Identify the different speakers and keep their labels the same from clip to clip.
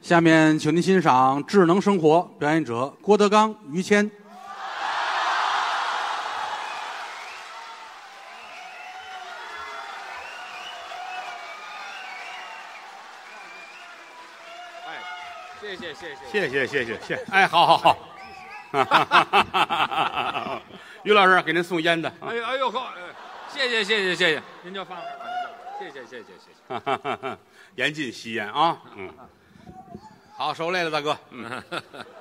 Speaker 1: 下面，请您欣赏《智能生活》表演者郭德纲、于谦。
Speaker 2: 谢谢谢谢。
Speaker 3: 谢谢谢谢谢，哎，好好 好，于老师给您送烟的，
Speaker 2: 哎呦哎呦呵，哎谢谢谢谢谢谢，您就放这儿吧，您就谢谢谢谢谢谢。
Speaker 3: 严禁吸烟啊，嗯，好，受累了，大哥，嗯，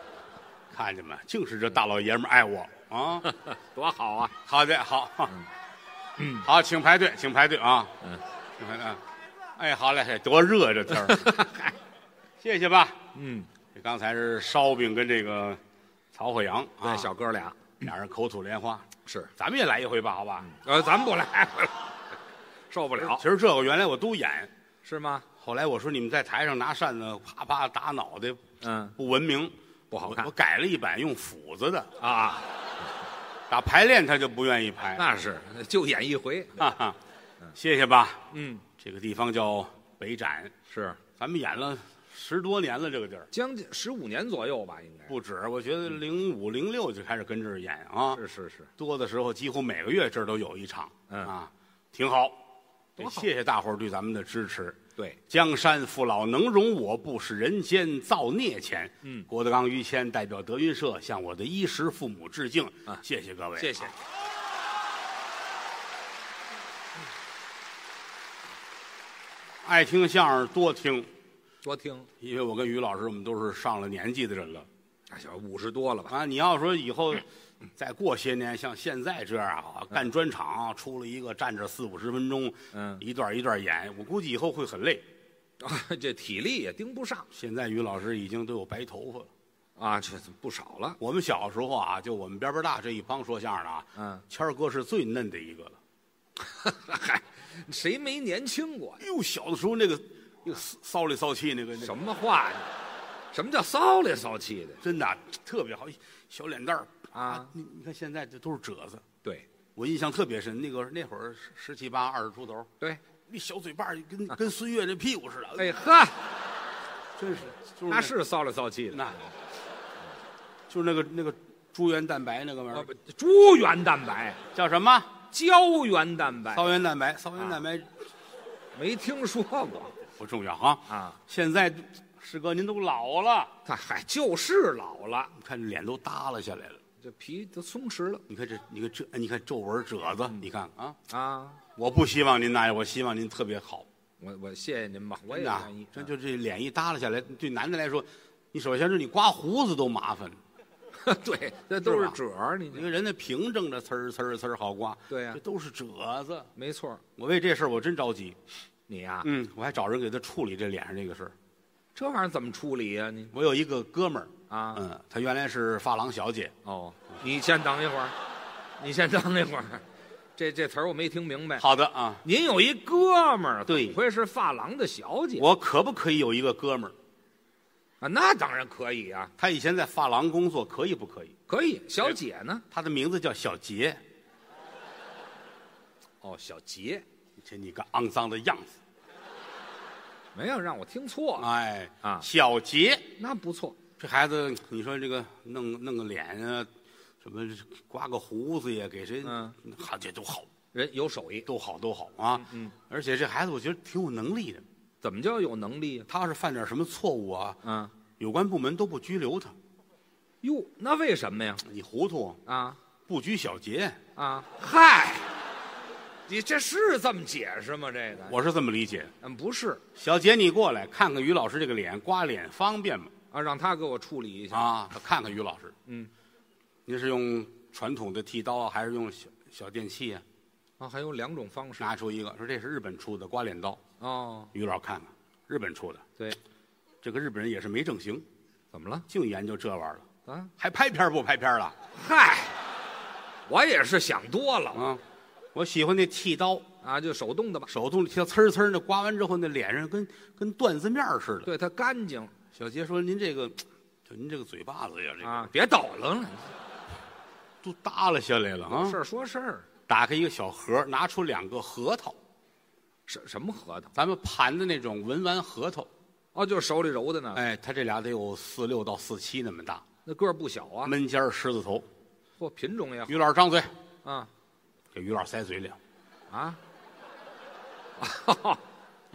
Speaker 3: 看见没，净是这大老爷们儿爱我啊，
Speaker 2: 多好啊！
Speaker 3: 好的好，好，请排队，请排队啊，
Speaker 2: 嗯
Speaker 3: 请排队啊，哎，好嘞，多热这天 儿，嗨谢谢吧，
Speaker 2: 嗯，
Speaker 3: 这刚才是烧饼跟这个曹鹤阳啊，
Speaker 2: 那小哥俩
Speaker 3: 俩人口吐莲花，
Speaker 2: 是，
Speaker 3: 咱们也来一回吧，好吧？
Speaker 2: 呃，咱们不来，受不了
Speaker 3: 其实这个原来我都演，
Speaker 2: 是吗？
Speaker 3: 后来我说你们在台上拿扇子啪啪打脑袋
Speaker 2: 嗯
Speaker 3: 不文明，
Speaker 2: 不好
Speaker 3: 我
Speaker 2: 看
Speaker 3: 我改了一版用斧子的，
Speaker 2: 啊，
Speaker 3: 打排练他就不愿意排。
Speaker 2: 那是就演一回，
Speaker 3: 哈哈，谢谢吧。
Speaker 2: 嗯，
Speaker 3: 这个地方叫北展，
Speaker 2: 是
Speaker 3: 咱们演了十多年了，这个地儿
Speaker 2: 将近十五年左右吧，应该
Speaker 3: 不止。我觉得零五零六就开始跟这儿演啊，
Speaker 2: 嗯是是是，
Speaker 3: 多的时候几乎每个月这儿都有一场。
Speaker 2: 嗯
Speaker 3: 啊，挺好，也
Speaker 2: 多好
Speaker 3: 谢谢大伙儿对咱们的支持。
Speaker 2: 对，
Speaker 3: 江山父老能容我，不使人间造孽钱。
Speaker 2: 嗯
Speaker 3: 郭德纲、于谦代表德云社向我的衣食父母致敬。
Speaker 2: 啊
Speaker 3: 谢谢各位，
Speaker 2: 谢谢。
Speaker 3: 爱听相声多听，
Speaker 2: 多听，
Speaker 3: 因为我跟于老师我们都是上了年纪的人了
Speaker 2: 大小哎五十多了吧？
Speaker 3: 啊。你要说以后再过些年，像现在这样啊，干专场出了一个站着四五十分钟，
Speaker 2: 嗯
Speaker 3: 一段一段演，我估计以后会很累。
Speaker 2: 这体力也盯不上
Speaker 3: 现在于老师已经都有白头发了。
Speaker 2: 啊，这不少了。
Speaker 3: 我们小时候啊，就我们边边大这一帮说相声的啊，
Speaker 2: 嗯，
Speaker 3: 谦儿哥是最嫩的一个了。
Speaker 2: 嗨，谁没年轻过呀？
Speaker 3: 哎呦，小的时候那个那个骚骚里骚气那个，那个
Speaker 2: 什么话呀？什么叫骚里骚气的？
Speaker 3: 真的啊特别好，小脸蛋儿
Speaker 2: 啊
Speaker 3: 你你看现在这都是褶子，
Speaker 2: 对
Speaker 3: 我印象特别深。那个那会儿十十七八、二十出头，
Speaker 2: 对，
Speaker 3: 那小嘴巴儿 跟跟孙越那屁股似的，
Speaker 2: 哎呵，
Speaker 3: 真是就是
Speaker 2: 那是骚里骚气的。
Speaker 3: 那，就是那个那个猪原蛋白那个玩意
Speaker 2: 啊
Speaker 3: 儿
Speaker 2: 不猪原蛋白、
Speaker 3: 哦叫什么？
Speaker 2: 胶原蛋白
Speaker 3: 胶原蛋白，胶原蛋白
Speaker 2: 没听说过
Speaker 3: 啊不重要啊。
Speaker 2: 啊？
Speaker 3: 现在师哥您都老了，
Speaker 2: 他嗨，就是老了，
Speaker 3: 你看这脸都耷拉下来了。
Speaker 2: 这皮都松弛了
Speaker 3: 你看这，你看这，你看皱纹褶子，你看啊，
Speaker 2: 啊。
Speaker 3: 我不希望您那样，我希望您特别好。
Speaker 2: 我我谢谢您吧，我也
Speaker 3: 真的啊
Speaker 2: 愿意。，
Speaker 3: 真就这脸一耷拉下来，对男的来说，你首先是你刮胡子都麻烦，
Speaker 2: 啊 对，这都
Speaker 3: 是
Speaker 2: 是
Speaker 3: 吧
Speaker 2: 褶儿，你
Speaker 3: 因
Speaker 2: 这
Speaker 3: 为人家平整着呲儿呲儿呲儿好刮，
Speaker 2: 对呀
Speaker 3: 这都是褶子。
Speaker 2: 没错儿，
Speaker 3: 我为这事儿我真着急，
Speaker 2: 你呀、
Speaker 3: 嗯，我还找人给他处理这脸上这个事儿。
Speaker 2: 这玩意儿怎么处理呀、你
Speaker 3: 我有一个哥们儿，
Speaker 2: 啊，
Speaker 3: 嗯，他原来是发廊小姐，
Speaker 2: 哦，你先等一会儿，你先等一会儿，这这词儿我没听明白。
Speaker 3: 好的啊，
Speaker 2: 您有一哥们儿，
Speaker 3: 对
Speaker 2: 怎么会是发廊的小姐
Speaker 3: 我可不可以有一个哥们儿？
Speaker 2: 啊？那当然可以啊，
Speaker 3: 他以前在发廊工作，可以不可以？
Speaker 2: 可以。小姐呢？
Speaker 3: 他的名字叫小杰，
Speaker 2: 哦，小杰，
Speaker 3: 这你个肮脏的样子，
Speaker 2: 没有让我听错啊，
Speaker 3: 哎
Speaker 2: 啊
Speaker 3: 小杰。
Speaker 2: 那不错。
Speaker 3: 这孩子，你说这个弄弄个脸啊，什么刮个胡子呀，给谁？
Speaker 2: 嗯，
Speaker 3: 好，这都好，
Speaker 2: 人有手艺，
Speaker 3: 都好，都好啊。
Speaker 2: 嗯嗯
Speaker 3: 而且这孩子，我觉得挺有能力的。
Speaker 2: 怎么叫有能力呀、
Speaker 3: 他要是犯点什么错误啊，
Speaker 2: 啊？
Speaker 3: 有关部门都不拘留他。
Speaker 2: 哟，那为什么呀？
Speaker 3: 你糊涂，
Speaker 2: 啊
Speaker 3: 不拘小节，
Speaker 2: 啊，嗨，你这是这么解释吗？这个，
Speaker 3: 我是这么理解。
Speaker 2: 嗯，不是
Speaker 3: 小杰，你过来看看于老师这个脸，刮脸方便吗？
Speaker 2: 啊，让他给我处理一下。
Speaker 3: 啊，看看于老师，
Speaker 2: 嗯，
Speaker 3: 您是用传统的剃刀啊还是用小小电器啊？
Speaker 2: 啊，还有两种方式
Speaker 3: 拿出一个，说这是日本出的刮脸刀，
Speaker 2: 哦，
Speaker 3: 于老师看看，日本出的。
Speaker 2: 对，
Speaker 3: 这个日本人也是没正形，
Speaker 2: 怎么了
Speaker 3: 净研究这玩意儿了，
Speaker 2: 啊？
Speaker 3: 还拍片儿不拍片儿了
Speaker 2: 嗨，我也是想多了
Speaker 3: 啊？我喜欢那剃刀，
Speaker 2: 啊，就手动的吧，
Speaker 3: 手动剃刀，呲儿呲儿的刮完之后，那脸上跟跟缎子面儿似的。
Speaker 2: 对它干净
Speaker 3: 小杰说：“您这个，就您这个嘴巴子呀，这个、
Speaker 2: 啊，别抖楞了，
Speaker 3: 都耷拉下来了啊
Speaker 2: 事！”儿说事儿，
Speaker 3: 打开一个小盒，拿出两个核桃，
Speaker 2: 什什么核桃
Speaker 3: 咱们盘的那种文玩核桃，
Speaker 2: 哦，就是手里揉的呢，
Speaker 3: 哎，他这俩得有四六到四七那么大，
Speaker 2: 那个儿不小啊，
Speaker 3: 闷尖儿狮子头。
Speaker 2: 嚯，品种也好
Speaker 3: 于老师张嘴，
Speaker 2: 啊
Speaker 3: 给于老师塞嘴里，
Speaker 2: 啊，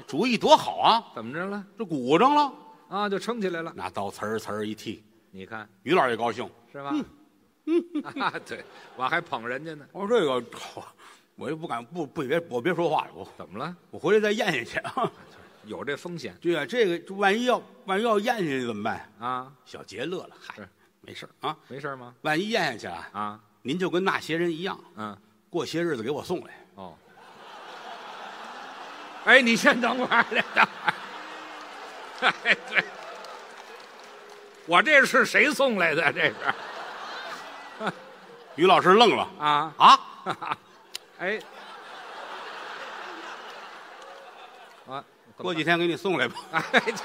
Speaker 3: 主意多好啊！
Speaker 2: 怎么着了？
Speaker 3: 这鼓上了，
Speaker 2: 啊，就撑起来了，
Speaker 3: 拿刀呲儿呲儿一剃，
Speaker 2: 你看
Speaker 3: 于老师也高兴。
Speaker 2: 是吧？ 啊，对，我还捧人家呢，
Speaker 3: 我说这个，我我就不敢不不别我别说话了，我
Speaker 2: 怎么了？
Speaker 3: 我回来再咽下去。啊
Speaker 2: 有这风险
Speaker 3: 对啊，这个这万一要万一要咽下去怎么办？
Speaker 2: 啊？
Speaker 3: 小杰乐了，嗨
Speaker 2: 是，
Speaker 3: 没事儿啊。
Speaker 2: 没事吗？
Speaker 3: 万一咽下去啊，
Speaker 2: 啊，
Speaker 3: 您就跟那些人一样，
Speaker 2: 嗯，
Speaker 3: 过些日子给我送来。
Speaker 2: 哦， 哎，你先等会儿，你等会儿。 哎，对，我这是谁送来的？这是
Speaker 3: 于老师愣了
Speaker 2: 啊，
Speaker 3: 啊，
Speaker 2: 哎，啊，怎么
Speaker 3: 过几天给你送来吧。
Speaker 2: 哎，这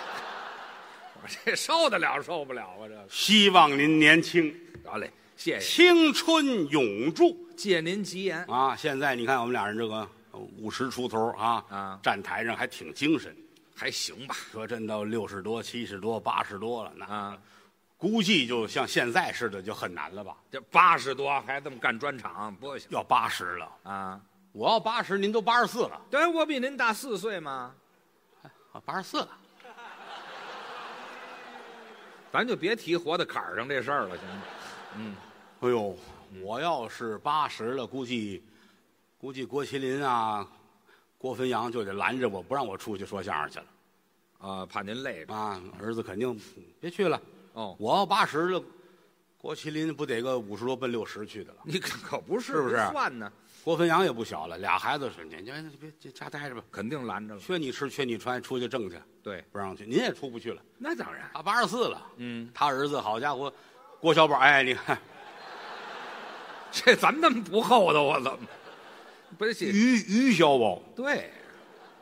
Speaker 2: 我这受得了受不了啊？这个
Speaker 3: 希望您年轻，
Speaker 2: 好嘞，谢谢，
Speaker 3: 青春永驻
Speaker 2: 借您吉言
Speaker 3: 啊！现在你看我们俩人这个五十出头啊，
Speaker 2: 啊
Speaker 3: 站台上还挺精神。
Speaker 2: 还行吧？
Speaker 3: 说真到六十多、七十多、八十多了，那
Speaker 2: 啊，
Speaker 3: 估计就像现在似的就很难了吧？
Speaker 2: 这八十多还这么干专场，不行
Speaker 3: 要八十了，
Speaker 2: 啊！
Speaker 3: 我要八十，您都八十四了，
Speaker 2: 对，我比您大四岁嘛，
Speaker 3: 啊，八十四了。
Speaker 2: 咱就别提活到坎儿上这事儿了，行吗？
Speaker 3: 哎呦，我要是八十了，估计估计郭麒麟啊、郭汾阳就得拦着我，不让我出去说相声去了
Speaker 2: 啊，怕您累着
Speaker 3: 啊！儿子肯定别去了。
Speaker 2: 哦。
Speaker 3: 我要八十了，郭麒麟不得个五十多奔六十去的了？
Speaker 2: 你可可不是，啊
Speaker 3: 是不是
Speaker 2: 您算呢？
Speaker 3: 郭汾阳也不小了，俩孩子是，你你你别这家待着吧，
Speaker 2: 肯定拦着了。
Speaker 3: 缺你吃缺你穿，出去挣去，
Speaker 2: 对，
Speaker 3: 不让去，您也出不去了。
Speaker 2: 那当然。
Speaker 3: 他八十四了，
Speaker 2: 嗯，
Speaker 3: 他儿子好家伙，郭小宝，哎，你看
Speaker 2: 这咱们那么不厚道啊？怎么？不是这
Speaker 3: 于于小宝，
Speaker 2: 对，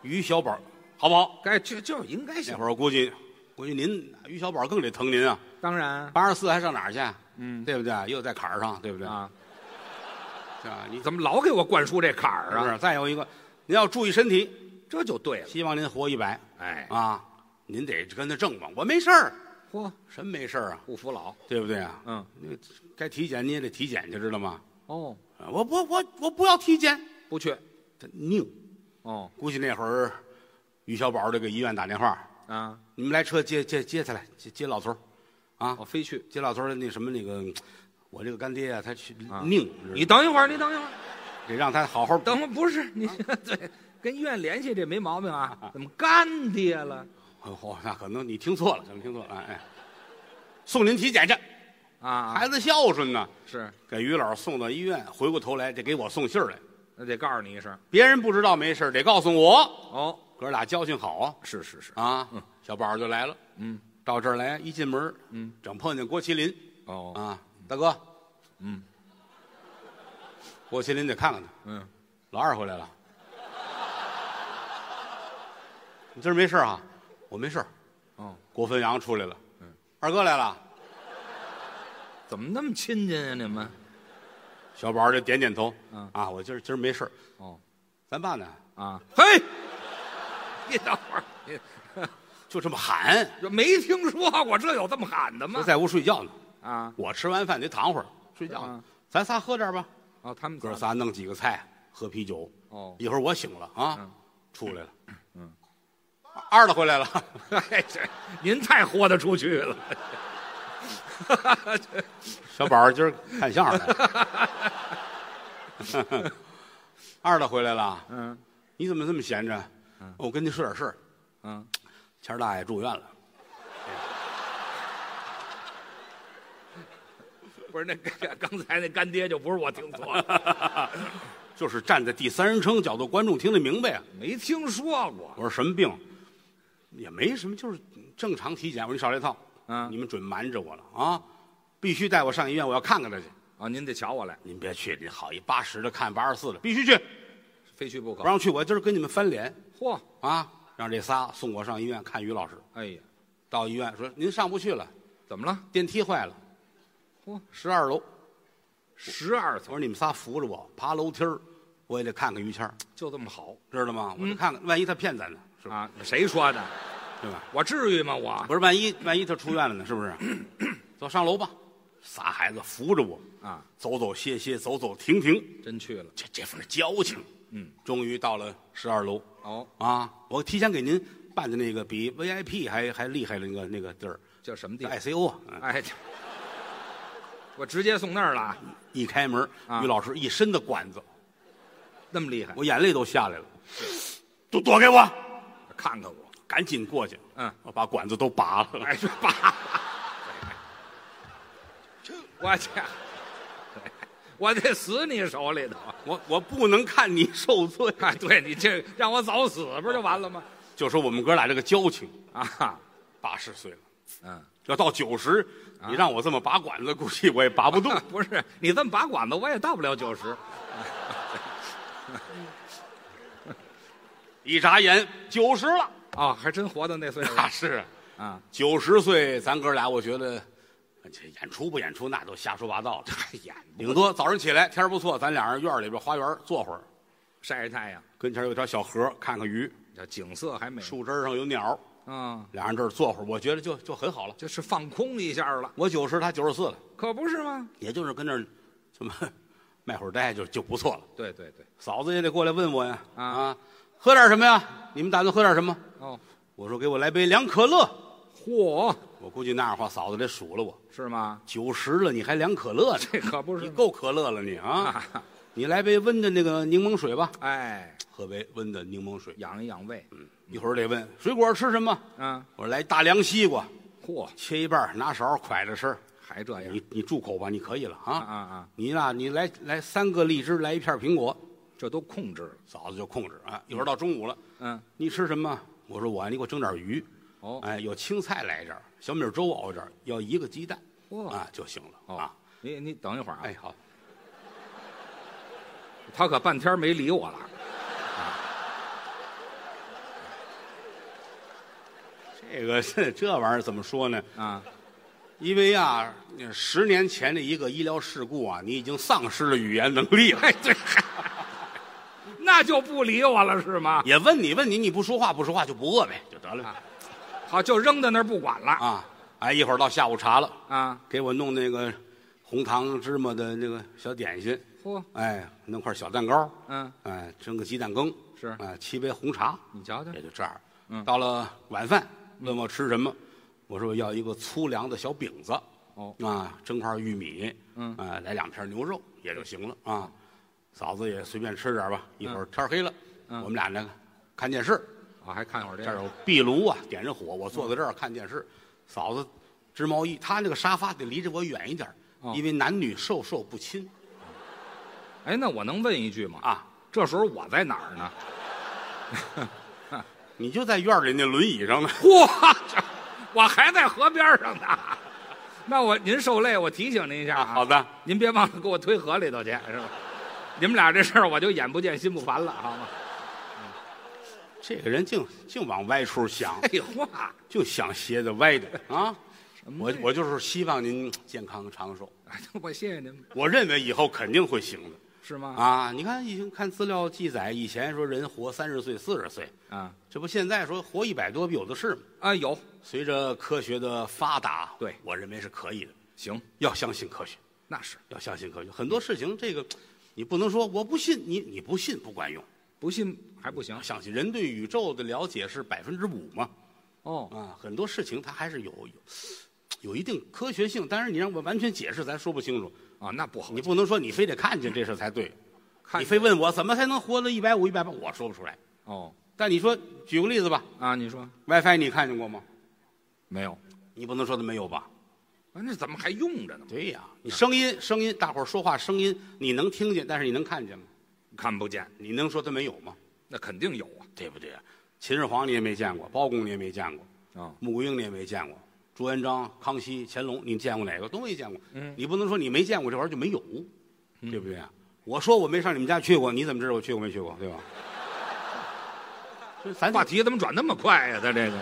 Speaker 3: 于小宝，好不好？
Speaker 2: 该就就应该
Speaker 3: 那
Speaker 2: 行
Speaker 3: 会。儿估计，估计您于小宝更得疼您啊，
Speaker 2: 当然
Speaker 3: 八十四还上哪儿去？啊
Speaker 2: 嗯
Speaker 3: 对不对？又在坎儿上，对不对？
Speaker 2: 啊，
Speaker 3: 是吧？你
Speaker 2: 怎么老给我灌输这坎
Speaker 3: 是
Speaker 2: 儿
Speaker 3: 不
Speaker 2: 啊？
Speaker 3: 是？再有一个，您要注意身体，
Speaker 2: 这就对了。
Speaker 3: 希望您活一百
Speaker 2: 哎，
Speaker 3: 啊！您得跟他正吧，我没事儿，
Speaker 2: 嚯，
Speaker 3: 什么没事儿啊？
Speaker 2: 不服老。
Speaker 3: 对不对啊？
Speaker 2: 嗯，
Speaker 3: 那该体检你也得体检去，知道吗？
Speaker 2: 哦，
Speaker 3: 啊我我我我不要体检，
Speaker 2: 不去。
Speaker 3: 他拧。
Speaker 2: 哦，
Speaker 3: 估计那会儿，于小宝就给医院打电话，
Speaker 2: 啊，
Speaker 3: 你们来车接接接他来，接接老头儿，啊，
Speaker 2: 我哦非去。
Speaker 3: 接老头儿的那什么那个，我这个干爹啊，他去
Speaker 2: 啊
Speaker 3: 拧，
Speaker 2: 你等一会儿，你等一会儿，
Speaker 3: 得让他好好
Speaker 2: 等会儿不是你对，跟医院联系这没毛病啊？怎么干爹了
Speaker 3: 哦，哦那可能你听错了，可能听错了，哎，哎送您体检去，
Speaker 2: 啊？
Speaker 3: 孩子孝顺呢，
Speaker 2: 是，
Speaker 3: 给于老师送到医院，回过头来得给我送信儿来，
Speaker 2: 那得告诉你一声。
Speaker 3: 别人不知道没事儿得告诉我，
Speaker 2: 哦，
Speaker 3: 哥俩交情好啊，
Speaker 2: 是是是。
Speaker 3: 啊，小宝就来了，
Speaker 2: 嗯，
Speaker 3: 到这儿来一进门，
Speaker 2: 嗯，
Speaker 3: 整碰见郭麒麟，
Speaker 2: 哦，
Speaker 3: 啊，大哥，
Speaker 2: 嗯，
Speaker 3: 郭麒麟得看看他，
Speaker 2: 嗯，
Speaker 3: 老二回来了，你今儿没事儿啊？我没事儿。
Speaker 2: 哦，
Speaker 3: 郭汾阳出来了，
Speaker 2: 嗯，
Speaker 3: 二哥来了，
Speaker 2: 怎么那么亲近啊？你们？
Speaker 3: 小宝就点点头，
Speaker 2: 嗯
Speaker 3: 啊，我今儿今儿没事儿，
Speaker 2: 哦，
Speaker 3: 咱爸呢
Speaker 2: 啊，嘿，你等会儿，你
Speaker 3: 就这么喊，
Speaker 2: 这没听说过这有这么喊的
Speaker 3: 不
Speaker 2: 吗？
Speaker 3: 在屋睡觉呢。
Speaker 2: 啊，
Speaker 3: 我吃完饭得躺会儿睡觉呢
Speaker 2: 嗯，
Speaker 3: 咱仨喝点儿吧，
Speaker 2: 哦，他们
Speaker 3: 哥仨弄几个菜，喝啤酒，
Speaker 2: 哦，
Speaker 3: 一会儿我醒了啊
Speaker 2: 嗯，
Speaker 3: 出来了，嗯，二的回来了。
Speaker 2: 哎，这您太豁得出去了。
Speaker 3: 小宝儿今儿看相声来了。 二的回来了，
Speaker 2: 嗯
Speaker 3: 你怎么这么闲着？我跟您说点事儿。
Speaker 2: 嗯，
Speaker 3: 钱儿大爷住院了，
Speaker 2: 不是那个刚才那干爹就不是我听错了，
Speaker 3: 就是站在第三人称角度，观众听得明白啊。
Speaker 2: 没听说过。
Speaker 3: 我说什么病？也没什么，就是正常体检。我说你少这套，
Speaker 2: 嗯
Speaker 3: 你们准瞒着我了啊！必须带我上医院，我要看看他去。
Speaker 2: 啊，您得瞧我来，
Speaker 3: 您别去，你好一八十的看八十四的，必须去，
Speaker 2: 哦非去不可
Speaker 3: 不。让去我今儿跟你们翻脸
Speaker 2: 嚯，
Speaker 3: 啊！让这仨送我上医院看于老师。
Speaker 2: 哎呀，
Speaker 3: 到医院说您上不去了，
Speaker 2: 怎么了？
Speaker 3: 电梯坏了，
Speaker 2: 嚯，
Speaker 3: 十二楼。
Speaker 2: 十二
Speaker 3: 我
Speaker 2: 层
Speaker 3: 说你们仨扶着我爬楼梯儿，我也得看看于谦儿，
Speaker 2: 就这么好嗯
Speaker 3: 知道吗？我就看看，万一他骗咱呢，是吧？
Speaker 2: 啊？谁说的？
Speaker 3: 对吧？
Speaker 2: 我至于吗？我
Speaker 3: 不是，万一万一他出院了呢？是 不是？走上楼吧，仨孩子扶着我，
Speaker 2: 啊，
Speaker 3: 走走歇歇，走走停停，
Speaker 2: 真去了
Speaker 3: 这这份交情，嗯，终于到了十二楼
Speaker 2: 哦，
Speaker 3: 啊！我提前给您办的那个比 VIP 还还厉害的那个那个地儿
Speaker 2: 叫什么地方？
Speaker 3: ，ICO 啊，嗯
Speaker 2: 哎， 这我直接送那儿了啊，
Speaker 3: 一开门，
Speaker 2: 啊
Speaker 3: 于老师一身的管子，
Speaker 2: 那么厉害，
Speaker 3: 我眼泪都下来了，都躲开我，
Speaker 2: 看看我，
Speaker 3: 赶紧过去，
Speaker 2: 嗯，
Speaker 3: 我把管子都拔了，
Speaker 2: 哎，这爸， 我去， 我得死你手里头。
Speaker 3: 我我不能看你受罪，
Speaker 2: 哎，对你这让我早死不就完了吗？
Speaker 3: 就说我们哥俩这个交情，
Speaker 2: 啊，
Speaker 3: 八十岁了。
Speaker 2: 嗯，
Speaker 3: 要到九十，
Speaker 2: 啊
Speaker 3: 你让我这么拔管子，估计我也拔 不动。
Speaker 2: 不是你这么拔管子，我也到不了九十。
Speaker 3: 一眨眼九十 了，
Speaker 2: 啊，还真活到那岁数
Speaker 3: 那是
Speaker 2: 啊！
Speaker 3: 九十岁，咱哥俩我觉得，这演出不演出那都瞎说 八道的。
Speaker 2: 哎呀，
Speaker 3: 顶多早上起来天儿不错，咱俩人院儿里边花园坐会儿，
Speaker 2: 晒晒太阳，
Speaker 3: 跟前有条小河，看看鱼，
Speaker 2: 这景色还美。
Speaker 3: 树枝儿上有鸟儿，
Speaker 2: 嗯，
Speaker 3: 俩人这儿坐会儿，我觉得就就很好了。
Speaker 2: 这是放空一下了，
Speaker 3: 我九十，他九十四了，
Speaker 2: 可不是吗？
Speaker 3: 也就是跟那儿什么卖会儿呆就就不错了。
Speaker 2: 对对对，
Speaker 3: 嫂子也得过来问我呀，
Speaker 2: 啊
Speaker 3: 喝点什么呀？你们打算喝点什么？
Speaker 2: 哦，
Speaker 3: 我说给我来杯凉可乐。
Speaker 2: 嚯，
Speaker 3: 我估计那样的话，嫂子得数了我。
Speaker 2: 是吗？
Speaker 3: 九十了，你还凉可乐呢？
Speaker 2: 这可不是
Speaker 3: 你
Speaker 2: 吗。
Speaker 3: 够可乐了你啊！你来杯温的那个柠檬水吧，
Speaker 2: 哎，
Speaker 3: 喝杯温的柠檬水。
Speaker 2: 养一养胃。
Speaker 3: 一会儿得问水果吃什么，
Speaker 2: 嗯，
Speaker 3: 我说来大凉西瓜，
Speaker 2: 嚯，
Speaker 3: 切一半儿拿勺儿蒯着吃儿。
Speaker 2: 还这样
Speaker 3: 你你住口吧，你可以了
Speaker 2: 啊
Speaker 3: 啊！
Speaker 2: 啊啊！
Speaker 3: 你那，你来来三个荔枝，来一片苹果。
Speaker 2: 这都控制了。
Speaker 3: 嫂子就控制啊。一会儿到中午了，
Speaker 2: 嗯，
Speaker 3: 你吃什么？我说我啊，你给我整点鱼。
Speaker 2: 哦
Speaker 3: 哎，有青菜来一点儿，小米粥熬一点儿，要一个鸡蛋，
Speaker 2: 嚯哦
Speaker 3: 啊就行了啊。，
Speaker 2: 你你等一会儿啊，
Speaker 3: 哎，好，
Speaker 2: 他可半天没理我了。
Speaker 3: 这个这这玩意儿怎么说呢？
Speaker 2: 啊，
Speaker 3: 因为啊，十年前的一个医疗事故啊，你已经丧失了语言能力了。
Speaker 2: 哎对， 那就不理我了是吗？
Speaker 3: 也问你问你，你不说话不说话就不饿呗，就得了
Speaker 2: 啊好，就扔在那儿不管了
Speaker 3: 啊。哎，一会儿到下午茶了，
Speaker 2: 啊。
Speaker 3: 给我弄那个红糖芝麻的那个小点心，
Speaker 2: 嚯，
Speaker 3: 哎，弄块小蛋糕，
Speaker 2: 嗯，
Speaker 3: 哎，蒸个鸡蛋羹，
Speaker 2: 是
Speaker 3: 啊，沏杯红茶，
Speaker 2: 你瞧瞧
Speaker 3: 也，就这样。嗯，到了晚饭，问我吃什么，我说我要一个粗粮的小饼子。
Speaker 2: 哦
Speaker 3: 啊，蒸块玉米，嗯，啊，来两片牛肉也就行了啊。嫂子也随便吃点吧，一会儿天黑了，我们俩呢看电视，
Speaker 2: 我哦还看会儿这
Speaker 3: 这儿
Speaker 2: 个。
Speaker 3: 有壁炉啊，点着火，我坐在这儿看电视。嫂子织毛衣，她那个沙发得离着我远一点儿，
Speaker 2: 哦
Speaker 3: 因为男女授受不亲
Speaker 2: 哎，那我能问一句吗？，
Speaker 3: 啊。
Speaker 2: 这时候我在哪儿呢？
Speaker 3: 你就在院儿里那轮椅上呢，
Speaker 2: 嚯，这我还在河边上呢。那我您受累，我提醒您一下啊。
Speaker 3: 好的，
Speaker 2: 您别忘了给我推河里头去，是吧？你们俩这事儿我就眼不见心不烦了，好吗？
Speaker 3: 这个人净净往歪处想，
Speaker 2: 废话，
Speaker 3: 净想斜的歪的啊。
Speaker 2: 么
Speaker 3: 我我就是希望您健康长寿，
Speaker 2: 哎我谢谢您，
Speaker 3: 我认为以后肯定会行的。
Speaker 2: 是吗？
Speaker 3: 啊，你看，已经看资料记载，以前说人活三十岁、四十岁，
Speaker 2: 啊
Speaker 3: 这不现在说活一百多，有的是嘛。
Speaker 2: 啊，有
Speaker 3: 随着科学的发达，
Speaker 2: 对
Speaker 3: 我认为是可以的。
Speaker 2: 行，
Speaker 3: 要相信科学，
Speaker 2: 那是
Speaker 3: 要相信科学。很多事情，这个你不能说我不信，你你不信不管用。
Speaker 2: 不信还不行
Speaker 3: 相信人对宇宙的了解是百分之五嘛？
Speaker 2: 哦。
Speaker 3: 啊，很多事情它还是有有有一定科学性，但是你让我完全解释，咱说不清楚。
Speaker 2: 啊，那不好
Speaker 3: 你，不能说你非得看见这事儿才对，
Speaker 2: 看
Speaker 3: 你非问我怎么才能活到一百五、一百八，我说不出来。
Speaker 2: 哦
Speaker 3: 但你说，举个例子吧
Speaker 2: 啊，你说
Speaker 3: ，WiFi 你看见过吗？
Speaker 2: 没有？
Speaker 3: 你不能说它没有吧？
Speaker 2: 啊，那怎么还用着呢？
Speaker 3: 对呀、你声音声音，大伙儿说话声音你能听见，但是你能看见吗？
Speaker 2: 看不见，
Speaker 3: 你能说它没有吗？
Speaker 2: 那肯定有啊。
Speaker 3: 对不对啊？秦始皇你也没见过，包公你也没见过，
Speaker 2: 啊，
Speaker 3: 穆桂英你也没见过，朱元璋、康熙、乾隆你见过哪个都没见过。嗯，你不能说你没见过这玩意儿就没有，对不对啊？我说我没上你们家去过，你怎么知道我去过没去过？对吧？这咱
Speaker 2: 话题怎么转那么快呀、他这个，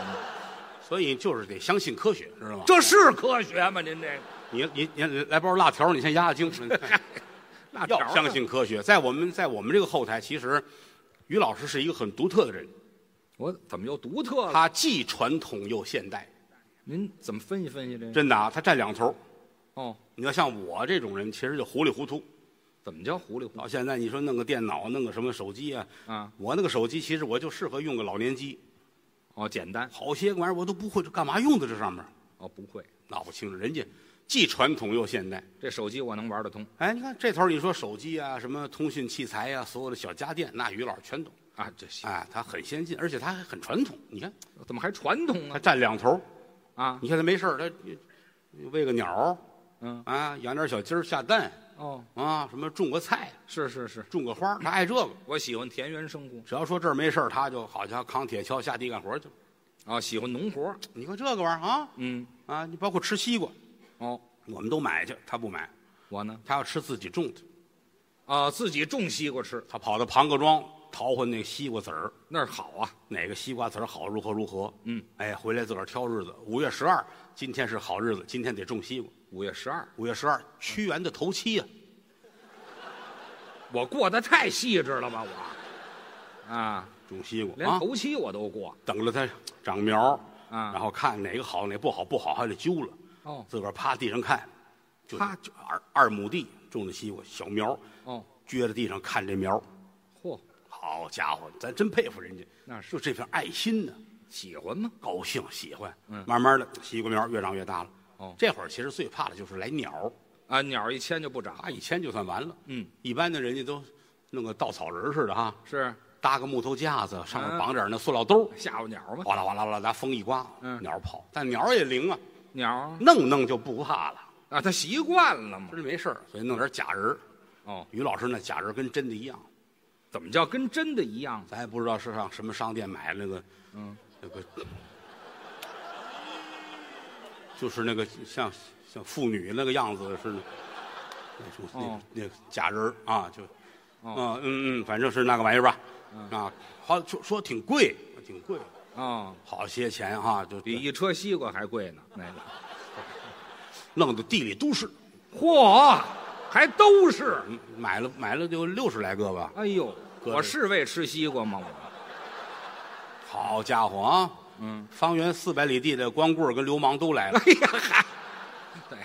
Speaker 3: 所以就是得相信科学，知道吗？
Speaker 2: 这是科学吗？您这个
Speaker 3: 你你你来包 辣条，你啊先压压惊。
Speaker 2: 辣条
Speaker 3: 要
Speaker 2: 呢
Speaker 3: 相信科学，在我们在我们这个后台，其实于老师是一个很独特的人，
Speaker 2: 我怎么又独特了？
Speaker 3: 它既传统又现代，
Speaker 2: 您怎么分析分析这个？
Speaker 3: 真的啊，它占两头儿。
Speaker 2: 哦，
Speaker 3: 你要像我这种人，其实就糊里糊涂。
Speaker 2: 怎么叫糊里糊
Speaker 3: 到现在你说弄个电脑，弄个什么手机啊，
Speaker 2: 涂啊？
Speaker 3: 我那个手机其实我就适合用个老年机，
Speaker 2: 哦，简单
Speaker 3: 好些个玩意儿我都不会，这干嘛用的这上面？
Speaker 2: 哦，不会。
Speaker 3: 闹不清楚，人家既传统又现代。
Speaker 2: 这手机我能玩得通
Speaker 3: 哎，你看这头儿你说手机啊，什么通讯器材呀、所有的小家电，那于老师全懂。
Speaker 2: 啊，这行
Speaker 3: 哎，它很先进，而且它还很传统。你看，
Speaker 2: 怎么还传统
Speaker 3: 它
Speaker 2: 啊？
Speaker 3: 占两头儿。
Speaker 2: 啊，
Speaker 3: 你看它没事儿，它喂个鸟儿
Speaker 2: 嗯，
Speaker 3: 啊，养点小鸡儿下蛋
Speaker 2: 哦，
Speaker 3: 啊，什么种个菜，
Speaker 2: 是是是，
Speaker 3: 种个花儿，它爱这个。
Speaker 2: 我喜欢田园生活
Speaker 3: 只要说这儿没事儿，他就好家伙扛铁锹下地干活去了。
Speaker 2: 啊，喜欢农活。
Speaker 3: 你看这个玩意儿啊
Speaker 2: 嗯，
Speaker 3: 啊！你包括吃西瓜，
Speaker 2: 哦，
Speaker 3: 我们都买去，他不买，
Speaker 2: 我呢
Speaker 3: 他要吃自己种的。
Speaker 2: 啊，自己种西瓜吃，
Speaker 3: 他跑到庞各庄淘换那个西瓜籽儿，
Speaker 2: 那儿好啊。
Speaker 3: 哪个西瓜籽儿好，如何如何。
Speaker 2: 嗯，
Speaker 3: 哎，回来自个儿挑日子。五月十二，今天是好日子，今天得种西瓜。
Speaker 2: 五月十二，
Speaker 3: 五月十二，屈原的头七呀、
Speaker 2: 我过得太细致了吧我，啊，
Speaker 3: 种西瓜
Speaker 2: 连
Speaker 3: 啊，
Speaker 2: 头七我都过
Speaker 3: 等着它长苗儿，
Speaker 2: 啊
Speaker 3: 然后看哪个好，哪个不好，不好还得揪了。
Speaker 2: 哦
Speaker 3: 自个儿趴地上看，就
Speaker 2: 趴
Speaker 3: 就二二亩地种的西瓜，小苗儿
Speaker 2: 哦，
Speaker 3: 撅在地上看这苗儿，
Speaker 2: 嚯，
Speaker 3: 好家伙，咱真佩服人家，
Speaker 2: 那是
Speaker 3: 就这份爱心呢，
Speaker 2: 喜欢吗？
Speaker 3: 高兴喜欢。
Speaker 2: 嗯
Speaker 3: 慢慢的西瓜苗儿越长越大了。
Speaker 2: 哦
Speaker 3: 这会儿其实最怕的就是来鸟儿，
Speaker 2: 啊，鸟儿一牵就不长，
Speaker 3: 啊，一牵就算完了。
Speaker 2: 嗯，
Speaker 3: 一般的人家都弄个稻草人儿似的哈，
Speaker 2: 是
Speaker 3: 搭个木头架子，上面
Speaker 2: 啊
Speaker 3: 绑点儿那塑料兜儿，
Speaker 2: 吓唬鸟儿吗？
Speaker 3: 哗啦哗啦哗啦，拿风一刮，
Speaker 2: 嗯
Speaker 3: 鸟儿跑，但鸟儿也灵啊，
Speaker 2: 鸟儿
Speaker 3: 弄弄就不怕了，
Speaker 2: 啊，它习惯了嘛。
Speaker 3: 真没事儿，所以弄点假人儿。
Speaker 2: 哦，
Speaker 3: 于老师那假人儿跟真的一样，
Speaker 2: 怎么叫跟真的一样？
Speaker 3: 咱也不知道是上什么商店买那个，
Speaker 2: 嗯，
Speaker 3: 那个，就是那个像像妇女那个样子似的，那种那
Speaker 2: 哦
Speaker 3: 个那个假人儿啊，就，
Speaker 2: 哦嗯
Speaker 3: 啊嗯嗯，反正是那个玩意儿吧，啊，好说说挺贵，挺贵，
Speaker 2: 哦，
Speaker 3: 好些钱哈、就
Speaker 2: 比一车西瓜还贵呢。那个，
Speaker 3: 弄得地里都是，
Speaker 2: 嚯，还都是。
Speaker 3: 嗯买了买了就六十来个吧，
Speaker 2: 哎呦，
Speaker 3: 搁
Speaker 2: 我
Speaker 3: 这
Speaker 2: 是为吃西瓜吗？我，
Speaker 3: 好家伙啊！
Speaker 2: 嗯，
Speaker 3: 方圆四百里地的光棍儿跟流氓都来了，
Speaker 2: 哎呀嗨，对，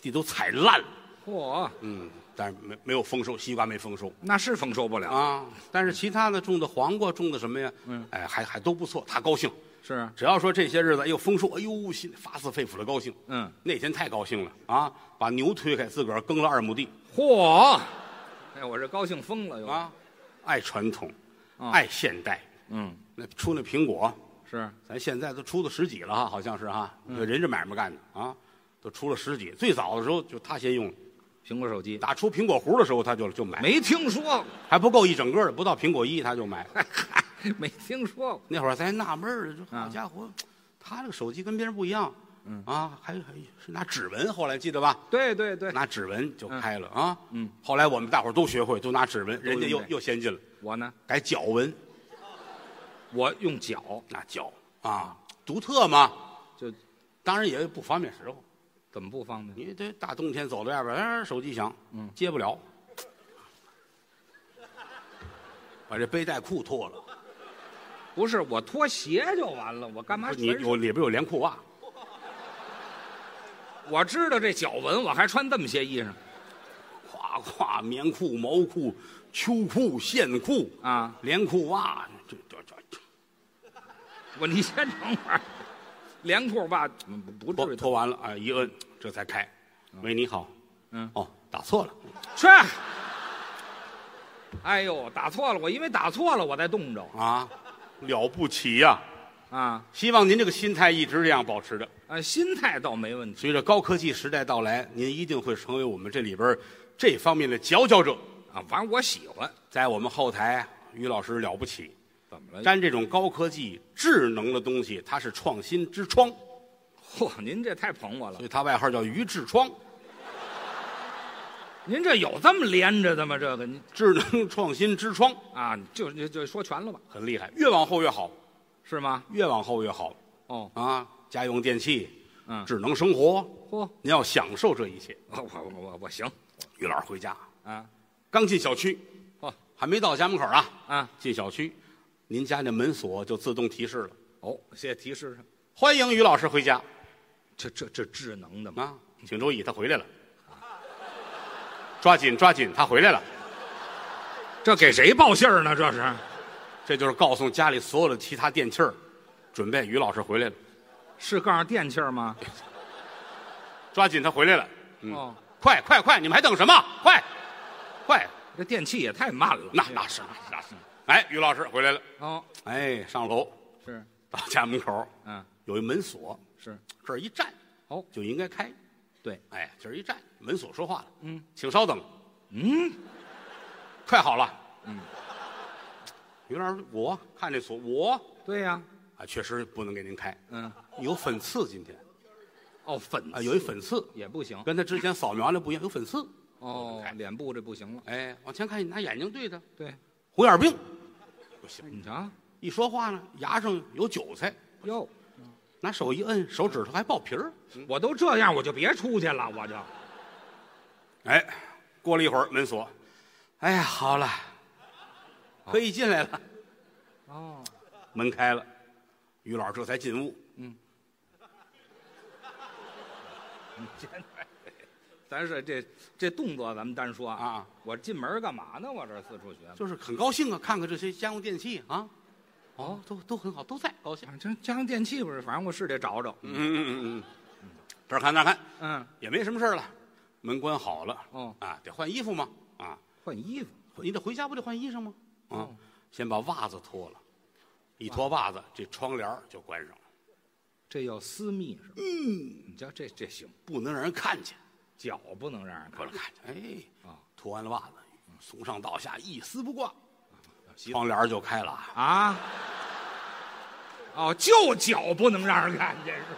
Speaker 3: 地都踩烂了。
Speaker 2: 嚯，
Speaker 3: 嗯，但是没没有丰收，西瓜没丰收
Speaker 2: 那是丰收不了。
Speaker 3: 啊。但是其他的种的黄瓜，种的什么呀？
Speaker 2: 嗯，
Speaker 3: 哎，还还都不错。他高兴，
Speaker 2: 是啊，
Speaker 3: 只要说这些日子，哎呦丰收，哎呦心里发自肺腑的高兴。
Speaker 2: 嗯，
Speaker 3: 那天太高兴了啊，把牛推开，自个儿耕了二亩地
Speaker 2: 嚯，哎，我这高兴疯了又。
Speaker 3: 啊，爱传统，
Speaker 2: 啊
Speaker 3: 爱现代。
Speaker 2: 嗯，
Speaker 3: 那出那苹果，
Speaker 2: 是
Speaker 3: 咱现在都出了十几了哈，好像是哈，
Speaker 2: 嗯
Speaker 3: 人家买卖干的啊，都出了十几。最早的时候就他先用，
Speaker 2: 苹果手机
Speaker 3: 打出苹果核的时候他就就买，
Speaker 2: 没听说过。
Speaker 3: 还不够一整个的，不到苹果一他就买。
Speaker 2: 嗨，没听说过。
Speaker 3: 那会儿咱还纳闷儿了，这
Speaker 2: 啊
Speaker 3: 好家伙，他这个手机跟别人不一样，
Speaker 2: 嗯
Speaker 3: 啊，还还是拿指纹，后来记得吧？
Speaker 2: 对对对，
Speaker 3: 拿指纹就开了啊。
Speaker 2: 嗯，
Speaker 3: 后来我们大伙儿都学会，都拿指纹，
Speaker 2: 用
Speaker 3: 人家又
Speaker 2: 这
Speaker 3: 又先进了，
Speaker 2: 我呢，
Speaker 3: 改脚纹，
Speaker 2: 我用脚
Speaker 3: 拿脚啊，独特嘛。
Speaker 2: 就
Speaker 3: 当然也不方便使唤，
Speaker 2: 怎么不方便？
Speaker 3: 你这大冬天走到外边儿，哎手机响，接不了，把这背带裤脱了，
Speaker 2: 不是我脱鞋就完了，我干嘛
Speaker 3: 不啊是你
Speaker 2: 全身？
Speaker 3: 有里边有连裤袜，
Speaker 2: 我知道这脚纹，我还穿这么些衣裳
Speaker 3: 夸夸棉裤、毛裤、秋裤、线裤
Speaker 2: 啊！
Speaker 3: 连裤袜，这这这这
Speaker 2: 我你先等会儿，连裤袜嗯不不至
Speaker 3: 脱
Speaker 2: 于
Speaker 3: 脱完了啊，一摁这才开。喂，你好，
Speaker 2: 嗯，
Speaker 3: 哦，打错了，
Speaker 2: 去。哎呦，打错了，我因为打错了，我才冻着
Speaker 3: 啊，了不起呀、
Speaker 2: 啊
Speaker 3: 希望您这个心态一直这样保持着。
Speaker 2: 啊！心态倒没问题
Speaker 3: 随着高科技时代到来，您一定会成为我们这里边这方面的佼佼者。
Speaker 2: 啊，反正我喜欢。
Speaker 3: 在我们后台，于老师了不起，
Speaker 2: 怎么了？
Speaker 3: 沾这种高科技智能的东西，他是创新之窗，
Speaker 2: 哎嚯，您这太捧我了
Speaker 3: 所。以他外号叫于智窗。
Speaker 2: 您这有这么连着的吗？这个您
Speaker 3: 智能创新之窗
Speaker 2: 啊，就就就说全了吧，
Speaker 3: 很厉害，越往后越好，
Speaker 2: 是吗？
Speaker 3: 越往后越好
Speaker 2: 哦，
Speaker 3: 啊！家用电器，
Speaker 2: 嗯
Speaker 3: 智能生活，
Speaker 2: 嚯，哦
Speaker 3: 您要享受这一切。
Speaker 2: 我我我我我行
Speaker 3: 于老师回家，
Speaker 2: 啊，
Speaker 3: 刚进小区，
Speaker 2: 嚯
Speaker 3: 还没到家门口啊，
Speaker 2: 啊，
Speaker 3: 进小区，您家那门锁就自动提示了，
Speaker 2: 哦，谢谢提示上，
Speaker 3: 欢迎于老师回家
Speaker 2: 这这这智能的吗？
Speaker 3: 啊！请注意，他回来了，抓紧抓紧，他回来了。
Speaker 2: 这给谁报信儿呢？这是
Speaker 3: 这就是告诉家里所有的其他电器儿，准备于老师回来了，
Speaker 2: 是告诉电器儿吗？
Speaker 3: 抓紧他回来了，
Speaker 2: 哦，
Speaker 3: 快快快，你们还等什么？快，快！
Speaker 2: 这电器也太慢了。
Speaker 3: 那那是那是那是。哎，于老师回来了，
Speaker 2: 哦，
Speaker 3: 哎，上楼
Speaker 2: 是，
Speaker 3: 到家门口
Speaker 2: 嗯，
Speaker 3: 有一门锁，
Speaker 2: 是，
Speaker 3: 这儿一站
Speaker 2: 哦，
Speaker 3: 就应该开。
Speaker 2: 对，
Speaker 3: 哎，这儿一站，门锁说话了，
Speaker 2: 嗯，
Speaker 3: 请稍等，
Speaker 2: 嗯，
Speaker 3: 快好了，嗯，于老师，我看这锁，我
Speaker 2: 对呀、
Speaker 3: 啊，确实不能给您开，
Speaker 2: 嗯，
Speaker 3: 有粉刺今天
Speaker 2: 哦，粉
Speaker 3: 啊，有一粉刺，
Speaker 2: 也不行，
Speaker 3: 跟他之前扫描完了不一样，有粉刺。
Speaker 2: 哦，脸部这不行了。
Speaker 3: 哎，往前看，你拿眼睛对着，
Speaker 2: 对，
Speaker 3: 红眼病，不行。
Speaker 2: 你瞧，
Speaker 3: 一说话呢，牙上有韭菜，
Speaker 2: 哟，
Speaker 3: 拿手一摁，手指头还爆皮儿。
Speaker 2: 我都这样，我就别出去了，我就
Speaker 3: 哎，过了一会儿，门锁，哎呀，好了，可以进来了。
Speaker 2: 哦，
Speaker 3: 门开了，于老师这才进屋。
Speaker 2: 咱是这这动作，咱们单说
Speaker 3: 啊，
Speaker 2: 我进门干嘛呢？我这四处学，
Speaker 3: 就是很高兴啊，看看这些家用电器啊，
Speaker 2: 哦，
Speaker 3: 都都很好，都在，高兴。
Speaker 2: 啊这家用电器不是，反正我是得找找。
Speaker 3: 嗯嗯嗯嗯，这儿看那儿看，
Speaker 2: 嗯，
Speaker 3: 也没什么事儿了，门关好了。
Speaker 2: 哦
Speaker 3: 啊，得换衣服嘛，啊，
Speaker 2: 换衣服，
Speaker 3: 你得回家不得换衣裳吗？啊
Speaker 2: 哦，
Speaker 3: 先把袜子脱了，一脱袜子，这窗帘儿就关上了，
Speaker 2: 这要私密是吧？嗯，你瞧这这行，
Speaker 3: 不能让人看见。
Speaker 2: 脚不能让人
Speaker 3: 过
Speaker 2: 看
Speaker 3: 来。看见，哎
Speaker 2: 啊，
Speaker 3: 脱完了袜子，从上到下一丝不挂，窗帘就开了啊，
Speaker 2: 啊？哦，就脚不能让人看见是吧？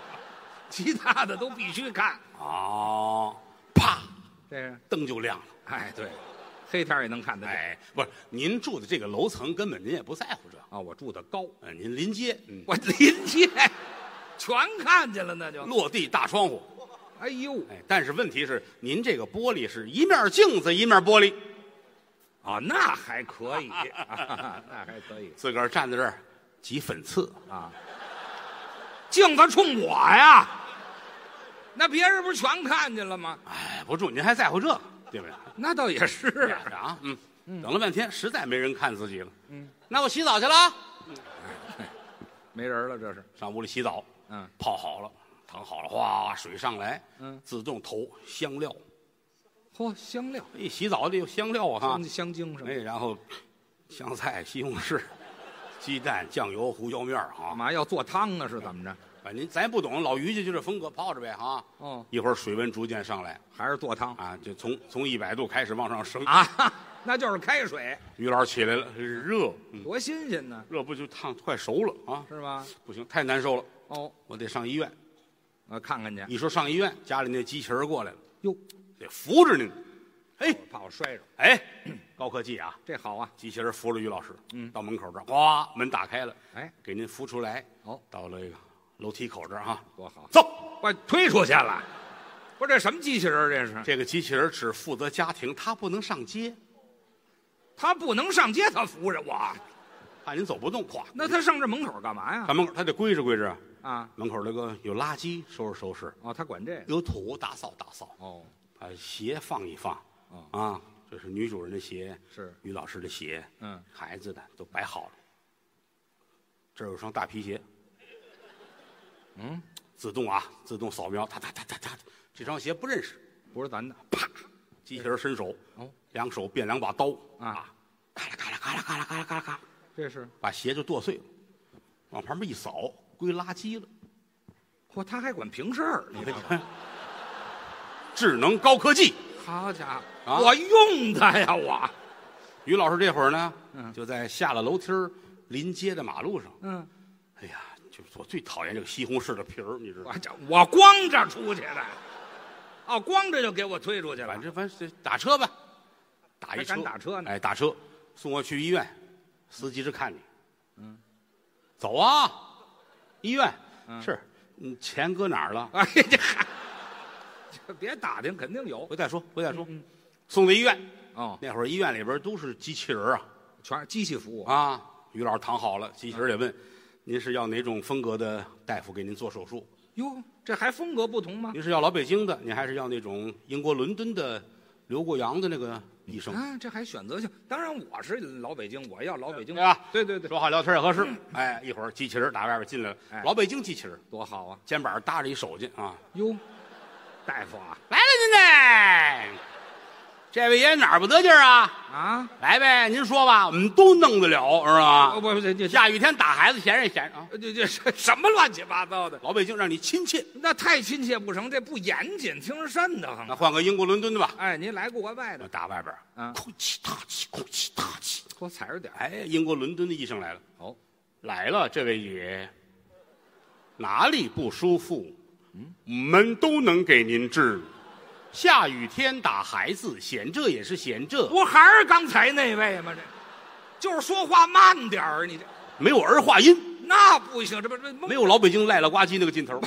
Speaker 2: 其他的都必须看。
Speaker 3: 哦，啪，
Speaker 2: 这是，
Speaker 3: 灯就亮了。
Speaker 2: 哎，对，黑天儿也能看得见。
Speaker 3: 哎，不是，您住的这个楼层根本您也不在乎这，
Speaker 2: 啊，我住的高，
Speaker 3: 呃，您临街，嗯，
Speaker 2: 我临街全看见了，那就。
Speaker 3: 落地大窗户，
Speaker 2: 哎呦，
Speaker 3: 哎，但是问题是您这个玻璃是一面镜子一面玻璃，
Speaker 2: 啊，那还可以，啊 那还可以
Speaker 3: 自个儿站在这儿挤粉刺，
Speaker 2: 啊。镜子冲我呀，那别人不是全看见了吗？
Speaker 3: 哎，不住，您还在乎这个，对不对？
Speaker 2: 那倒也是
Speaker 3: 是
Speaker 2: 啊，
Speaker 3: 啊，嗯，等了半天，实在没人看自己了，
Speaker 2: 嗯，
Speaker 3: 那我洗澡去了啊，
Speaker 2: 没人了，这是。
Speaker 3: 上屋里洗澡，
Speaker 2: 嗯，
Speaker 3: 泡好了，躺好了，哗，水上来，
Speaker 2: 嗯
Speaker 3: 自动投香料，
Speaker 2: 嚯，香料、
Speaker 3: 一洗澡得有香料啊，哈
Speaker 2: 香香精什么
Speaker 3: 哎，
Speaker 2: 的，
Speaker 3: 然后香菜、西红柿、 鸡蛋、酱油、胡椒面儿
Speaker 2: 干
Speaker 3: 啊，
Speaker 2: 嘛要做汤呢？是怎么着？
Speaker 3: 反正咱也不懂，老于家就这风格，泡着呗啊。
Speaker 2: 哦，
Speaker 3: 一会儿水温逐渐上来
Speaker 2: 还是做汤
Speaker 3: 啊，就从从一百度开始往上升。
Speaker 2: 啊？ 那就是开水，
Speaker 3: 于老师起来了，热，嗯
Speaker 2: 多新鲜呢，
Speaker 3: 热不就烫快熟了啊？
Speaker 2: 是吧？
Speaker 3: 不行，太难受了，
Speaker 2: 哦，
Speaker 3: 我得上医院。
Speaker 2: 我看看去。
Speaker 3: 一说上医院，家里那机器人过来了，
Speaker 2: 哟，
Speaker 3: 得扶着您。哎
Speaker 2: 我怕我摔着，
Speaker 3: 哎，高科技啊！
Speaker 2: 这好啊。
Speaker 3: 机器人扶着于老师，嗯，到门口这儿，哗，门打开了，
Speaker 2: 哎，
Speaker 3: 给您扶出来，
Speaker 2: 好
Speaker 3: 到了这个楼梯口这儿哈，
Speaker 2: 多好！
Speaker 3: 走。
Speaker 2: 我推出去了，不是这什么机器人儿这是？
Speaker 3: 这个机器人只负责家庭，他不能上街，
Speaker 2: 他不能上街，他扶着我，
Speaker 3: 怕您走不动，咵，
Speaker 2: 那他上这门口干嘛呀？
Speaker 3: 看门口他得归置归置啊，
Speaker 2: 啊，
Speaker 3: 门口那个有垃圾收拾收拾，
Speaker 2: 哦，他管这个。
Speaker 3: 有土打扫打扫，
Speaker 2: 哦，
Speaker 3: 把鞋放一放，
Speaker 2: 哦
Speaker 3: 啊，这是女主人的鞋，
Speaker 2: 是
Speaker 3: 于老师的鞋，
Speaker 2: 嗯，
Speaker 3: 孩子的都摆好了，这儿有双大皮鞋，
Speaker 2: 嗯，
Speaker 3: 自动啊，自动扫描，哒哒哒哒哒，这双鞋不认识，
Speaker 2: 不是咱的。
Speaker 3: 啪，机器人伸手，
Speaker 2: 哦，
Speaker 3: 两手变两把刀，
Speaker 2: 啊，
Speaker 3: 咔啦咔啦咔啦咔啦咔啦咔啦咔啦，
Speaker 2: 这是，
Speaker 3: 把鞋就剁碎了，往旁边一扫，归垃圾了。
Speaker 2: 嚯，他还管平事儿，你知道吗？
Speaker 3: 智能高科技，
Speaker 2: 好家
Speaker 3: 啊
Speaker 2: 伙，我用它呀，我。
Speaker 3: 于老师这会儿呢，
Speaker 2: 嗯
Speaker 3: 就在下了楼梯儿临街的马路上，
Speaker 2: 嗯，
Speaker 3: 哎呀，就是我最讨厌这个西红柿的皮儿，你知道
Speaker 2: 我
Speaker 3: 吗？
Speaker 2: 这我光着出去的，哦，光着就给我推出去了
Speaker 3: 反。正反正打车吧，打一
Speaker 2: 还
Speaker 3: 车
Speaker 2: 敢打车呢
Speaker 3: 哎，打车送我去医院，司机是看你，嗯，走啊，医院、是，你钱搁哪儿了？
Speaker 2: 哎呀，这还这别打听，肯定有
Speaker 3: 回再说，回再说，嗯送到医院。
Speaker 2: 哦，
Speaker 3: 那会儿医院里边都是机器人儿啊
Speaker 2: 全是机器服务。
Speaker 3: 啊，于老师躺好了，机器人也问：“您是要哪种风格的大夫给您做手术？
Speaker 2: 哟，这还风格不同吗？
Speaker 3: 您是要老北京的，您还是要那种英国伦敦的留过洋的那个医生？”
Speaker 2: 啊，这还选择性。当然，我是老北京，我要老北京
Speaker 3: 对吧
Speaker 2: 对对对，
Speaker 3: 说话聊天也合适。哎，一会儿机器人打外边进来了
Speaker 2: 哎，
Speaker 3: 老北京机器人，
Speaker 2: 多好啊！
Speaker 3: 肩膀搭着一手巾啊，
Speaker 2: 哟，大夫啊
Speaker 3: 来了您嘞，这位爷哪儿不得劲儿啊？
Speaker 2: 啊，
Speaker 3: 来呗，您说吧，我们都弄得了，知道
Speaker 2: 哦不
Speaker 3: 吗？
Speaker 2: 不，这这
Speaker 3: 啊下雨天打孩子闲着也闲着啊。
Speaker 2: 这这什什么乱七八糟的？
Speaker 3: 老北京让你亲切，
Speaker 2: 那太亲切不成，这不严谨，听着瘆得慌。
Speaker 3: 那换个英国伦敦的吧。
Speaker 2: 哎，您来国外的，
Speaker 3: 打外边儿，
Speaker 2: 嗯
Speaker 3: 空气大气，空气大气。
Speaker 2: 多踩着点儿。
Speaker 3: 哎，英国伦敦的医生来了，
Speaker 2: 哦，
Speaker 3: 来了，这位爷，哪里不舒服？
Speaker 2: 嗯
Speaker 3: 我们都能给您治。下雨天打孩子，闲着也是闲着，
Speaker 2: 不还是刚才那位吗？这就是说话慢点儿，你这
Speaker 3: 没有儿化音，
Speaker 2: 那不行，这不这
Speaker 3: 没有老北京赖了呱唧那个 劲头，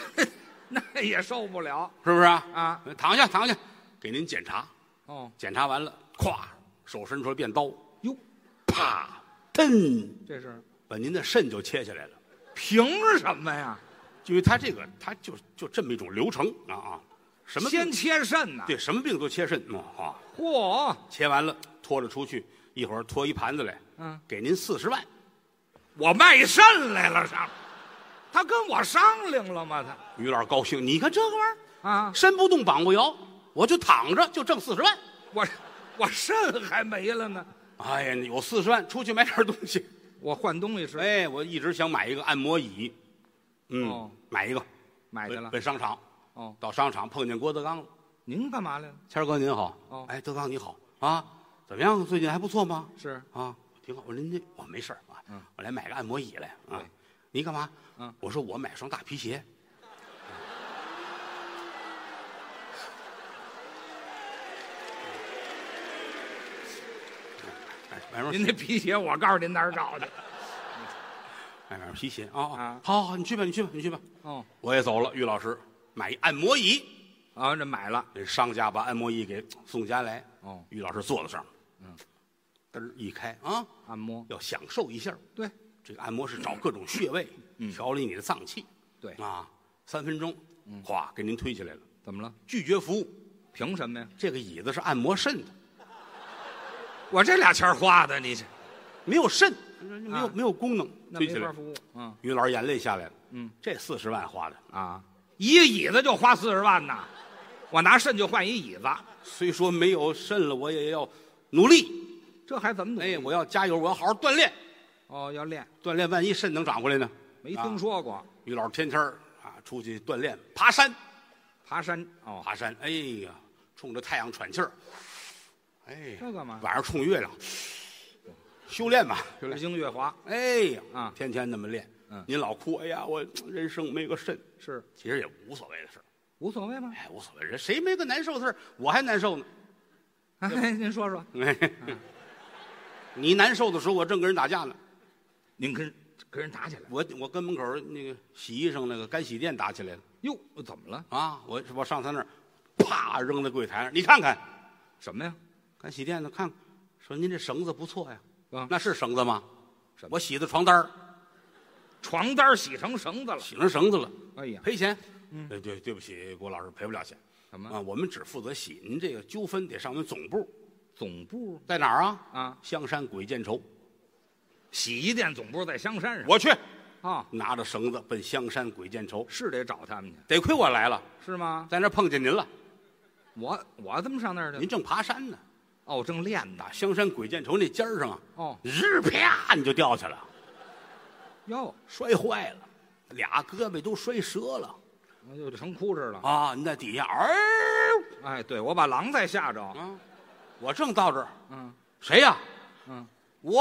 Speaker 2: 那也受不了
Speaker 3: 是不是啊？
Speaker 2: 啊。
Speaker 3: 躺下，躺下，给您检查，
Speaker 2: 哦，
Speaker 3: 检查完了，咵，手伸出来变刀，
Speaker 2: 哟，
Speaker 3: 啪，噔，
Speaker 2: 这是
Speaker 3: 把您的肾就切下来了。
Speaker 2: 凭什么呀？
Speaker 3: 因为他这个，他就就这么一种流程啊啊，什么病
Speaker 2: 先切肾呐？
Speaker 3: 对什么病都切肾嗯啊，
Speaker 2: 嚯，
Speaker 3: 切完了拖着出去，一会儿拖一盘子来，
Speaker 2: 嗯，
Speaker 3: 给您四十万。
Speaker 2: 我卖肾来了上，他跟我商量了吗？他
Speaker 3: 于老师高兴，你看这个玩意
Speaker 2: 啊
Speaker 3: 儿，，身不动，膀不摇，我就躺着就挣四十万。
Speaker 2: 我我肾还没了呢，
Speaker 3: 哎呀，有四十万，出去买点东西。
Speaker 2: 我换东西吃，
Speaker 3: 哎，我一直想买一个按摩椅，嗯，
Speaker 2: 哦
Speaker 3: 买一个，
Speaker 2: 买去
Speaker 3: 奔
Speaker 2: 了。
Speaker 3: 奔商场，
Speaker 2: 哦，
Speaker 3: 到商场碰见郭德纲了，
Speaker 2: 您干嘛来了？
Speaker 3: 谦儿哥您好，
Speaker 2: 哦
Speaker 3: 哎，德纲你好啊，怎么样？最近还不错吗？
Speaker 2: 是
Speaker 3: 啊，挺好。我说您这我没事儿啊，我来买个按摩椅来啊
Speaker 2: 嗯对。
Speaker 3: 您干嘛？
Speaker 2: 嗯
Speaker 3: 我说我买双大皮鞋。买哎买 双
Speaker 2: 您那皮鞋，我告诉您哪儿找的。
Speaker 3: 买双皮鞋啊啊
Speaker 2: 啊！
Speaker 3: 好，好，你去吧，你去吧，你去吧。
Speaker 2: 哦，
Speaker 3: 我也走了，于老师买一按摩椅，
Speaker 2: 啊，这买了。
Speaker 3: 这商家把按摩椅给送家来。
Speaker 2: 哦
Speaker 3: 于老师坐在上面，嗯，嘚儿一开啊，
Speaker 2: 按摩，
Speaker 3: 要享受一下。
Speaker 2: 对
Speaker 3: 这个按摩是找各种穴位，调理你的脏器。
Speaker 2: 嗯对，嗯
Speaker 3: 啊，三分钟，哗，给您推起来了。
Speaker 2: 怎么了？
Speaker 3: 拒绝服务，
Speaker 2: 凭什么呀？
Speaker 3: 这个椅子是按摩肾的，
Speaker 2: 我这俩钱儿花的，你这
Speaker 3: 没有肾，没有没有功能，
Speaker 2: 那
Speaker 3: 推起
Speaker 2: 没
Speaker 3: 来
Speaker 2: 法。服务。嗯
Speaker 3: 于老师眼泪下来了，嗯，这四十万花的，
Speaker 2: 啊，一个椅子就花四十万呐，我拿肾就换一椅子，
Speaker 3: 虽说没有肾了，我也要努力。
Speaker 2: 这还怎么
Speaker 3: 哎，
Speaker 2: 得？
Speaker 3: 我要加油，我要好好锻炼，
Speaker 2: 哦，要练，
Speaker 3: 锻炼万一肾能长回来呢？
Speaker 2: 没听说过
Speaker 3: 于老师天天儿啊出去锻炼，爬山，
Speaker 2: 爬山哦，
Speaker 3: 爬山，哎呀，冲着太阳喘气儿，哎，
Speaker 2: 这干嘛？
Speaker 3: 晚上冲月亮，修炼吧，修
Speaker 2: 日
Speaker 3: 炼。
Speaker 2: 精月华
Speaker 3: 哎呀，
Speaker 2: 啊
Speaker 3: 天天那么练。
Speaker 2: 嗯
Speaker 3: 您老哭，哎呀，我人生没个肾，
Speaker 2: 是
Speaker 3: 其实也无所谓的事儿，
Speaker 2: 无所谓吗？
Speaker 3: 哎，无所谓，人谁没个难受的事儿，我还难受呢。
Speaker 2: 哎，您说说，
Speaker 3: 哎， 你难受的时候，我正跟人打架呢，
Speaker 2: 您跟跟人打起来，
Speaker 3: 我我跟门口那个洗衣裳那个干洗店打起来了
Speaker 2: 哟，怎么了？
Speaker 3: 啊！我我上他那儿，啪扔在柜台上，你看看
Speaker 2: 什么呀？
Speaker 3: 干洗店的看看，说您这绳子不错呀，
Speaker 2: 啊
Speaker 3: 那是绳子吗
Speaker 2: 什？么
Speaker 3: 我洗的床单儿，
Speaker 2: 床单儿洗成绳子了。
Speaker 3: 洗成绳子了，
Speaker 2: 哎呀，
Speaker 3: 赔钱。呃对对不起，郭老师赔不了钱。
Speaker 2: 什么
Speaker 3: 啊，我们只负责洗，您这个纠纷得上我们总部，
Speaker 2: 总部
Speaker 3: 在哪儿啊？
Speaker 2: 啊？
Speaker 3: 香山鬼见愁，
Speaker 2: 洗衣店总部在香山上
Speaker 3: 我去，
Speaker 2: 啊，
Speaker 3: 拿着绳子奔香山鬼见愁。
Speaker 2: 是得找他们去，
Speaker 3: 得亏我来了，
Speaker 2: 是吗？
Speaker 3: 在那儿碰见您了，
Speaker 2: 我我怎么上那儿去
Speaker 3: 您
Speaker 2: 了？
Speaker 3: 正爬山呢，
Speaker 2: 哦，正练呢
Speaker 3: 打。香山鬼见愁那尖儿上啊，
Speaker 2: 哦，
Speaker 3: 日啪你就掉下来了，
Speaker 2: 哟，
Speaker 3: 摔坏了，俩胳膊都摔折了
Speaker 2: 我就成哭哧了。
Speaker 3: 啊！你在底下，嗷、
Speaker 2: 哎，对，我把狼再吓着。
Speaker 3: 啊，我正到这儿，
Speaker 2: 嗯
Speaker 3: 谁呀、
Speaker 2: 嗯，
Speaker 3: 我，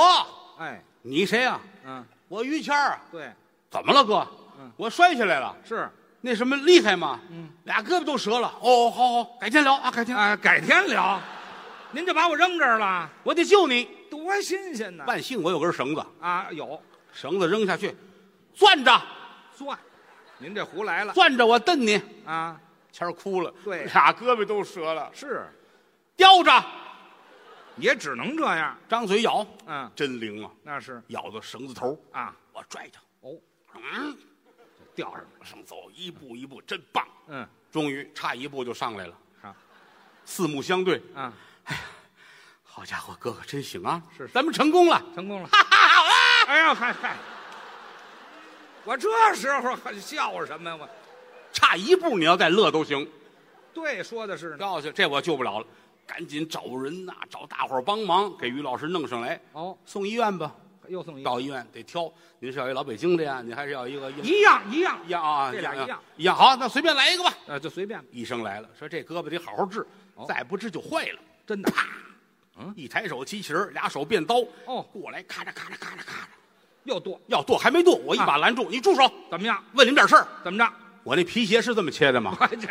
Speaker 2: 哎，
Speaker 3: 你谁呀、
Speaker 2: 嗯，
Speaker 3: 我于谦儿啊，
Speaker 2: 对，
Speaker 3: 怎么了哥？
Speaker 2: 嗯
Speaker 3: 我摔下来了。
Speaker 2: 是。
Speaker 3: 那什么厉害吗？
Speaker 2: 嗯，
Speaker 3: 俩胳膊都折了。哦，好好，改天聊啊，改天。
Speaker 2: 啊，改天聊。您这把我扔这儿了，
Speaker 3: 我得救你。
Speaker 2: 多新鲜呐！
Speaker 3: 万幸我有根绳子，
Speaker 2: 啊，有
Speaker 3: 绳子扔下去，攥着，
Speaker 2: 钻，您这胡来了
Speaker 3: 攥着我蹬你。
Speaker 2: 啊！
Speaker 3: 谦儿哭了，
Speaker 2: 对
Speaker 3: 俩胳膊都折了，
Speaker 2: 是，
Speaker 3: 叼着，
Speaker 2: 也只能这样。
Speaker 3: 张嘴咬，
Speaker 2: 嗯，
Speaker 3: 真灵啊！
Speaker 2: 那是
Speaker 3: 咬到绳子头，
Speaker 2: 啊，
Speaker 3: 我拽着，
Speaker 2: 哦，
Speaker 3: 嗯，就吊上了，上走，一步一步，真棒！
Speaker 2: 嗯，
Speaker 3: 终于差一步就上来了，
Speaker 2: 好
Speaker 3: 四目相对，
Speaker 2: 啊，
Speaker 3: 好家伙，哥哥真行啊！
Speaker 2: 是是
Speaker 3: 咱们成功了，
Speaker 2: 成功了。
Speaker 3: 哈哈，好啊！
Speaker 2: 哎呀，嗨嗨，我这时候还笑什么呀？我
Speaker 3: 差一步你要再乐都行。
Speaker 2: 对说的是呢。
Speaker 3: 告诉这我救不了了，赶紧找人呐、找大伙儿帮忙，给于老师弄上来，
Speaker 2: 哦，
Speaker 3: 送医院吧。
Speaker 2: 又送一个，
Speaker 3: 到医院得挑，您是要一老北京的呀，您还是要一个一
Speaker 2: 一样一样，
Speaker 3: 样啊？
Speaker 2: 这俩
Speaker 3: 一
Speaker 2: 一样
Speaker 3: 一样。好，那随便来一个吧。
Speaker 2: 呃，就随便吧，
Speaker 3: 医生来了，说这胳膊得好好治，
Speaker 2: 哦
Speaker 3: 再不治就坏了。
Speaker 2: 真的。
Speaker 3: 一抬手机器人，俩手变刀，
Speaker 2: 哦
Speaker 3: 过来咔嚓咔嚓咔嚓咔嚓，
Speaker 2: 又剁，
Speaker 3: 要剁还没剁，我一把拦住，你住手！
Speaker 2: 怎么样？
Speaker 3: 问你们点事儿，
Speaker 2: 怎么着？
Speaker 3: 我那皮鞋是这么切的吗？
Speaker 2: 我这